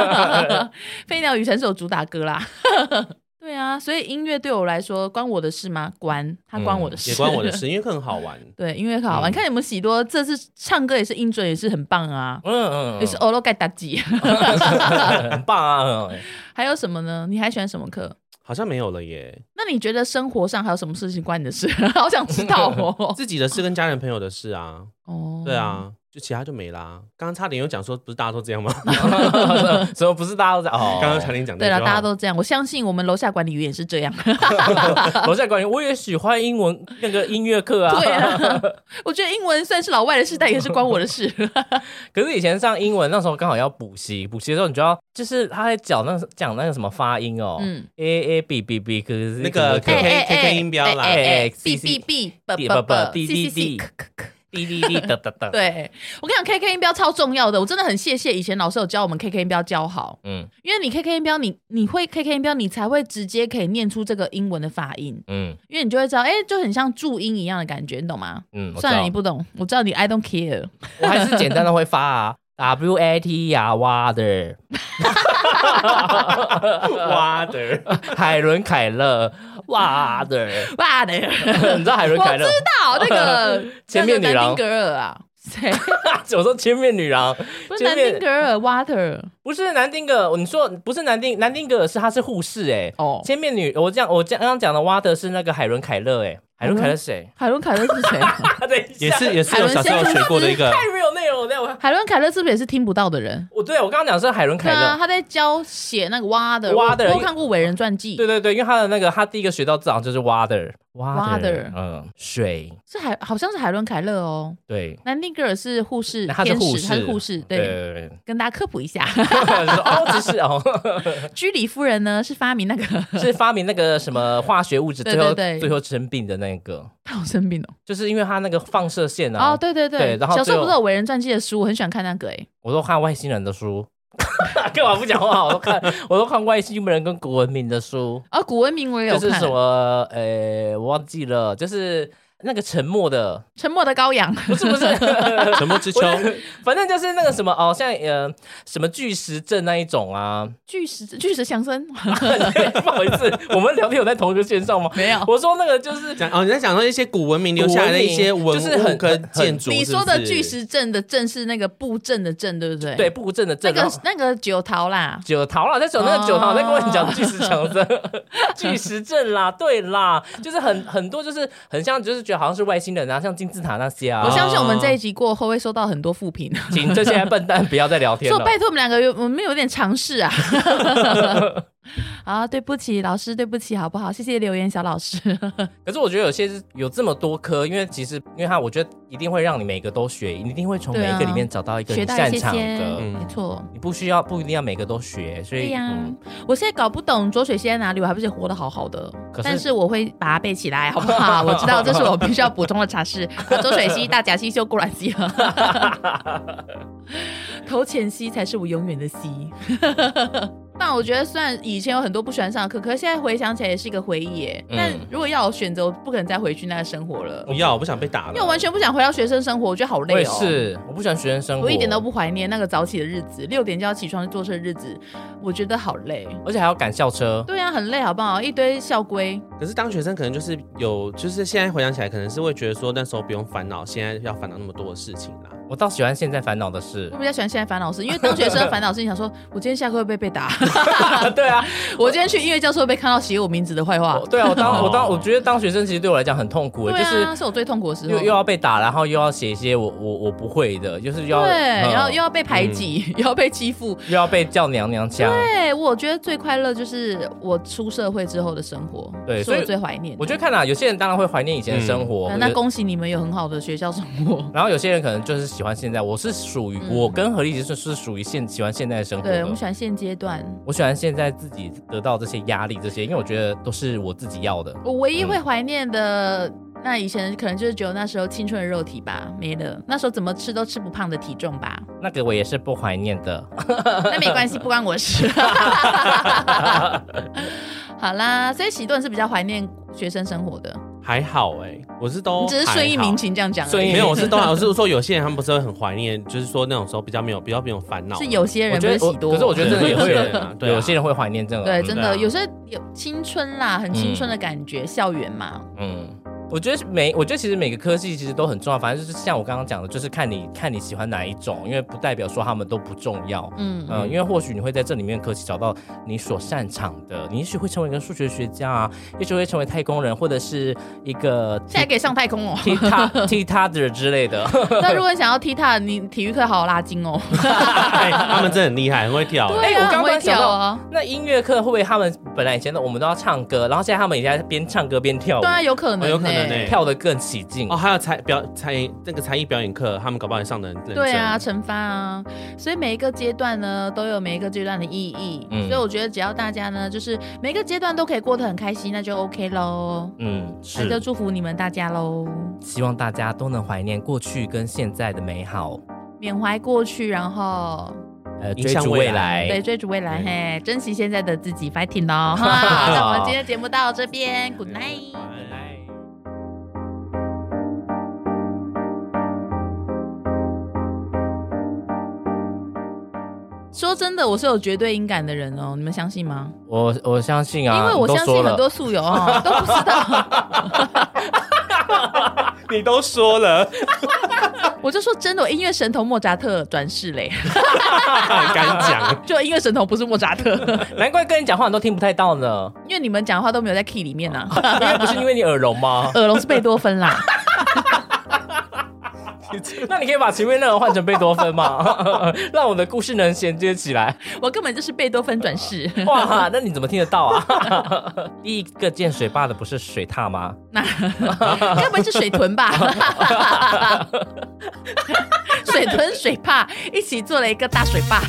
S2: 飞鸟与神手主打歌啦。 对啊，所以音乐对我来说关我的事吗？关，它关我的事，
S3: 嗯也关我的。事，因为课很好玩。
S2: 对，音乐课好玩，
S3: 嗯
S2: 看你们喜多这次唱歌也是音准也是很棒啊，
S1: 嗯嗯，
S2: 也是欧罗盖达吉。
S1: 嗯很棒啊！嗯
S2: 还有什么呢？你还喜欢什么课？
S3: 好像没有了耶，
S2: 那你觉得生活上还有什么 事情关你的事？好想知道哦。
S3: 自己的事跟家人朋友的事啊，
S2: 哦，
S3: 对，啊，就其他就没啦。刚刚差点又讲说，不是大家都这样吗？
S1: 什嗯么不是大家都在哦？
S3: 刚刚差点讲这
S2: 对
S3: 句
S2: 了，
S3: 话
S2: 大家都这样，我相信我们楼下管理员也是这样。
S3: 哦
S1: 楼下管理，我也喜欢英文那个音乐课啊。
S2: 对啊，我觉得英文算是老外的事，但也是关我的事。
S1: 可是以前上英文那时候刚好要补习，补习的时候你就要就是他在讲那讲那个什么发音哦，
S2: 嗯
S1: ，a a b b b，可是
S3: 那个
S1: 可
S3: K
S1: 以
S3: K K K 音标啦，
S1: 哎哎
S2: ，B B B，b b b，c c c，
S1: 滴滴滴哒哒哒，，
S2: 对我跟你讲，K K 音标超重要的，我真的很谢谢以前老师有教我们 K K 音标教好，
S1: 嗯
S2: 因为你 K K 音标，你你会 K K 音标，你才会直接可以念出这个英文的发音，
S1: 嗯
S2: 因为你就会知道，哎，就很像注音一样的感觉，你懂吗？
S1: 嗯，我知
S2: 算了，
S1: 道
S2: 你，不懂，我知道你 I don't care。
S1: 我还是简单的会发啊，w a t E 呀哇的，
S3: 哇的，
S1: 海伦凯勒哇的，
S2: 哇的，我
S1: 你知道海伦凯
S2: 知
S1: 勒？
S2: 道那个
S1: 千面女
S2: 那个
S1: 郎
S2: 南丁格尔啊，谁？
S1: 我说千面女郎
S2: 不是
S1: 前
S2: 南
S1: 面
S2: 丁格尔 Water
S1: 不是南丁格尔，你说不是南丁南丁格尔是她是护士哎，
S2: 哦。
S1: 千面女，我这样我这样刚刚讲的挖的是那个海伦凯勒哎，海伦凯勒是谁？
S2: 海伦凯勒是谁啊？
S1: 啊等一下
S3: 也是也是有小时候学过的一个
S1: 太没有内容了，等一下我
S2: 海伦凯勒是不是也是听不到的人？
S1: 我对我刚刚讲的是海伦凯
S2: 对啊，
S1: 勒。
S2: 他在教写那个 Water，
S1: Water
S2: 我我有看过伟人传记，
S1: 对对对，因为他的那个，他第一个学到字好像就是 water
S2: Water
S1: 嗯，水，
S2: 是海好像是海伦凯勒哦。
S1: 对，
S2: 南丁格尔是护士，
S1: 哦他是
S2: 天
S1: 护
S2: 使，
S1: 士，
S2: 他是护士，
S1: 对
S2: 对，
S1: 对对对
S2: 跟大家科普一下，
S1: 对，说 哦，只是哦，
S2: 居里夫人呢是发明那个，
S1: 是发明那个什么化学物质，
S2: 对
S1: 最后
S2: 对对
S1: 最后生病的那个，
S2: 她好生病哦。
S1: 就是因为他那个放射线啊。
S2: 哦，对对对，
S1: 对然后
S2: 小时
S1: 最后
S2: 候不是有伟人传记的书，我很喜欢看那个诶。
S1: 我都看外星人的书， 干嘛不讲话？我都看，我都看外星人跟古文明的书。
S2: 哦，古文明我也有
S1: 就是
S2: 看，欸
S1: 什么，呃，我忘记了，就是那个沉默的，
S2: 沉默的羔羊》
S1: 不是不是，
S3: 沉默之丘
S1: 我，反正就是那个什么哦，像呃什么巨石阵那一种啊。
S2: 巨石巨石强森
S1: 不好意思，我们聊天有在同一个线上吗？
S2: 没有。
S1: 我说那个就是
S3: 讲哦你在讲到一些古文明留下来的一些
S1: 古
S3: 文
S1: 文明就是很
S3: 物跟建筑，
S2: 你
S3: 是
S2: 说
S3: 不是
S2: 的巨，石阵的阵是那个布阵的阵，对不对？
S1: 对，布阵的
S2: 那
S1: 阵，然后
S2: 个那个九桃啦，
S1: 九桃啦，在讲那个九桃，
S2: 哦
S1: 在跟我讲巨石强森、巨石阵啦，对啦，就是很很多，就是很像，就是觉得好像是外星人啊，像金字塔那些
S2: 我
S1: 啊。
S2: 相信我们这一集过后会收到很多负评，
S1: 请这些笨蛋不要再聊天
S2: 说
S1: 了。
S2: 拜托我们两个有我们有点尝试 啊。啊，对不起，老师，对不起，好不好？谢谢留言，小老师。
S1: 可是我觉得有些是有这么多科，因为其实因为它，我觉得一定会让你每个都学，你一定会从每一个里面找到一个
S2: 啊学
S1: 你
S2: 到
S1: 擅
S2: 一些
S1: 长的。
S2: 些，
S3: 嗯
S2: 没错。
S1: 你不需要不一定要每个都学，所
S2: 对
S1: 以、
S2: 呀、
S1: 嗯
S2: 我现在搞不懂浊水现在哪里，我还不是活得好好的。
S1: 可是
S2: 但是我会把它背起 来，好不好？我知道这是我必须要补充的茶室。浊水溪、大甲溪、修固卵溪了， 头前溪才是我永远的溪。 但我觉得，虽然以前有很多不喜欢上的课，可是现在回想起来也是一个回忆耶。
S1: 嗯
S2: 但如果要我选择，我不可能再回去那个生活了
S3: 不，要，我不想被打了，
S2: 因为我完全不想回到学生生活，我觉得好
S1: 我
S2: 累
S1: 也
S2: 哦。
S1: 是，我不喜欢学生生活，
S2: 我一点都，不怀念那个早起的日子，六点就要起床去做事的日子，我觉得好累。
S1: 而且还要赶校车。
S2: 对啊，很累，好不好？一堆校规，
S3: 可是当学生可能就是有，就是现在回想起来，可能是会觉得说那时候不用烦恼，现在要烦恼那么多的事情啦。
S1: 我倒喜欢现在烦恼的 事
S2: 我比较喜欢现在烦恼是，因 为当学生的烦恼是，你想说，我今天下课会不会被打，
S1: 啊，对 啊，
S2: 我今天去音乐教室会被看到写我名字的坏话
S1: 我，对啊，我当我当
S3: 哦
S1: 我觉得当学生其实对我来讲很痛苦、欸
S2: 对
S1: 就
S2: 啊，
S1: 是
S2: 是我最痛苦的时候，
S1: 又又要被打，然后又要写一些我我我不会的，就是又要
S2: 对，
S1: 嗯
S2: 然后又要被排挤，又要被欺负。
S1: 又要被叫娘娘腔。
S2: 对，我觉得最快乐就是我出社会之后的生活，
S1: 对
S2: 是
S1: 所以
S2: 我最怀念的。
S1: 我觉得看啦、啊有些人当然会怀念以前的生活，或
S2: 那
S1: 者
S2: 嗯那恭喜你们有很好的学校生 活。
S1: 然后有些人可能就是喜欢现在，我是属于、
S2: 嗯
S1: 我跟何丽姐是是属于现喜欢现在的生活
S2: 对，
S1: 的
S2: 我。们喜欢现阶段。
S1: 我喜欢现在自己得到这些压力，这些，因为我觉得都是我自己要 的。
S2: 我唯一会怀念的，那以前可能就是只有那时候青春的肉体吧，没了。那时候怎么吃都吃不胖的体重吧，
S1: 那个我也是不怀念的。
S2: 那没关系，不关 我事。好啦，所以喜顿是比较怀念学生生活的，
S3: 还好哎、我是
S1: 哦
S3: 都
S2: 你只是顺应
S3: 还好
S2: 民。情这样讲而已。
S1: 顺应
S3: 没有，我是都好，我是说有些人他们不是会很怀念，就是说那种时候比较没有比较没有烦恼，
S2: 是有些
S1: 我
S2: 人不
S1: 觉
S2: 是
S1: 得我，
S2: 喜多，
S1: 可是我觉得 真的也会有
S3: 对啊
S1: 人，
S3: 对啊
S1: 有些人会怀念这个。
S2: 对，
S1: 嗯
S2: 真
S3: 对啊
S2: 的有些有青春啦，很青春的感觉，校园嘛。
S1: 嗯，我觉得每我觉得其实每个科系其实都很重要，反正就是像我刚刚讲的，就是看你看你喜欢哪一种，因为不代表说他们都不重要。
S2: 嗯
S1: 嗯，因为或许你会在这里面科系找到你所擅长的，你也许会成为一个数学学家啊，也许会成为太空人，或者是一个
S2: 现在可以上太 空哦。
S1: 踢踏踢踏的之类的。
S2: 那如果你想要踢踏，你体育课好好拉筋哦。
S3: 哎他们真的很厉害，很会跳。
S2: 对
S1: 哦哎我
S2: 啊，
S1: 刚刚
S2: 很会
S1: 想
S2: 跳
S1: 到
S2: 啊。
S1: 那音乐课会不会他们本来以前的我们都要唱歌，然后现在他们也在边唱歌边跳舞
S2: 对，啊，有可能、
S3: 哦
S2: 欸，
S3: 有可能欸
S1: 跳得更起劲
S3: 哦，？还有才表才那个才艺表演课，他们搞不好也上的很认真。
S2: 对啊，，惩罚啊，所以每一个阶段呢，都有每一个阶段的意义。
S1: 嗯
S2: 所以我觉得只要大家呢，就是每一个阶段都可以过得很开心，那就 OK 喽。
S1: 嗯，，
S2: 那就是祝福你们大家喽，
S1: 希望大家都能怀念过去跟现在的美好，
S2: 缅怀过去，然后
S1: 呃，
S3: 迎
S1: 追
S3: 向
S1: 逐
S3: 未
S1: 未来。
S2: 对追逐未
S1: 哎
S2: 来，嘿，珍惜现在的自己，fighting 喽！ 哈那我们今天节目到这边，Good night。
S1: 哎
S2: 说真的，我是有绝对音感的人哦，你们相信吗？
S1: 我我相信啊，
S2: 因为我
S1: 你都
S2: 相
S1: 说
S2: 信
S1: 了
S2: 很多宿友哦 都不知道，
S3: 你都说 了，
S2: 我就说真的，我音乐神童莫扎特转世嘞。
S3: 敢讲。
S2: 就音乐神童不是莫扎特，
S1: 难怪跟你讲话你都听不太到 呢，
S2: 因为你们讲话都没有在 key 里面啊。
S1: 因为不是因为你耳聋吗？
S2: 耳聋是贝多芬啦，
S1: 那你可以把前面那个换成贝多芬 吗？让我的故事能衔接起来。
S2: 我根本就是贝多芬转 世。
S1: 哇，那你怎么听得到啊？ 第一个建水坝的不是水獭吗？
S2: 那 该不会是水豚 吧？水豚水坝一起做了一个大水坝。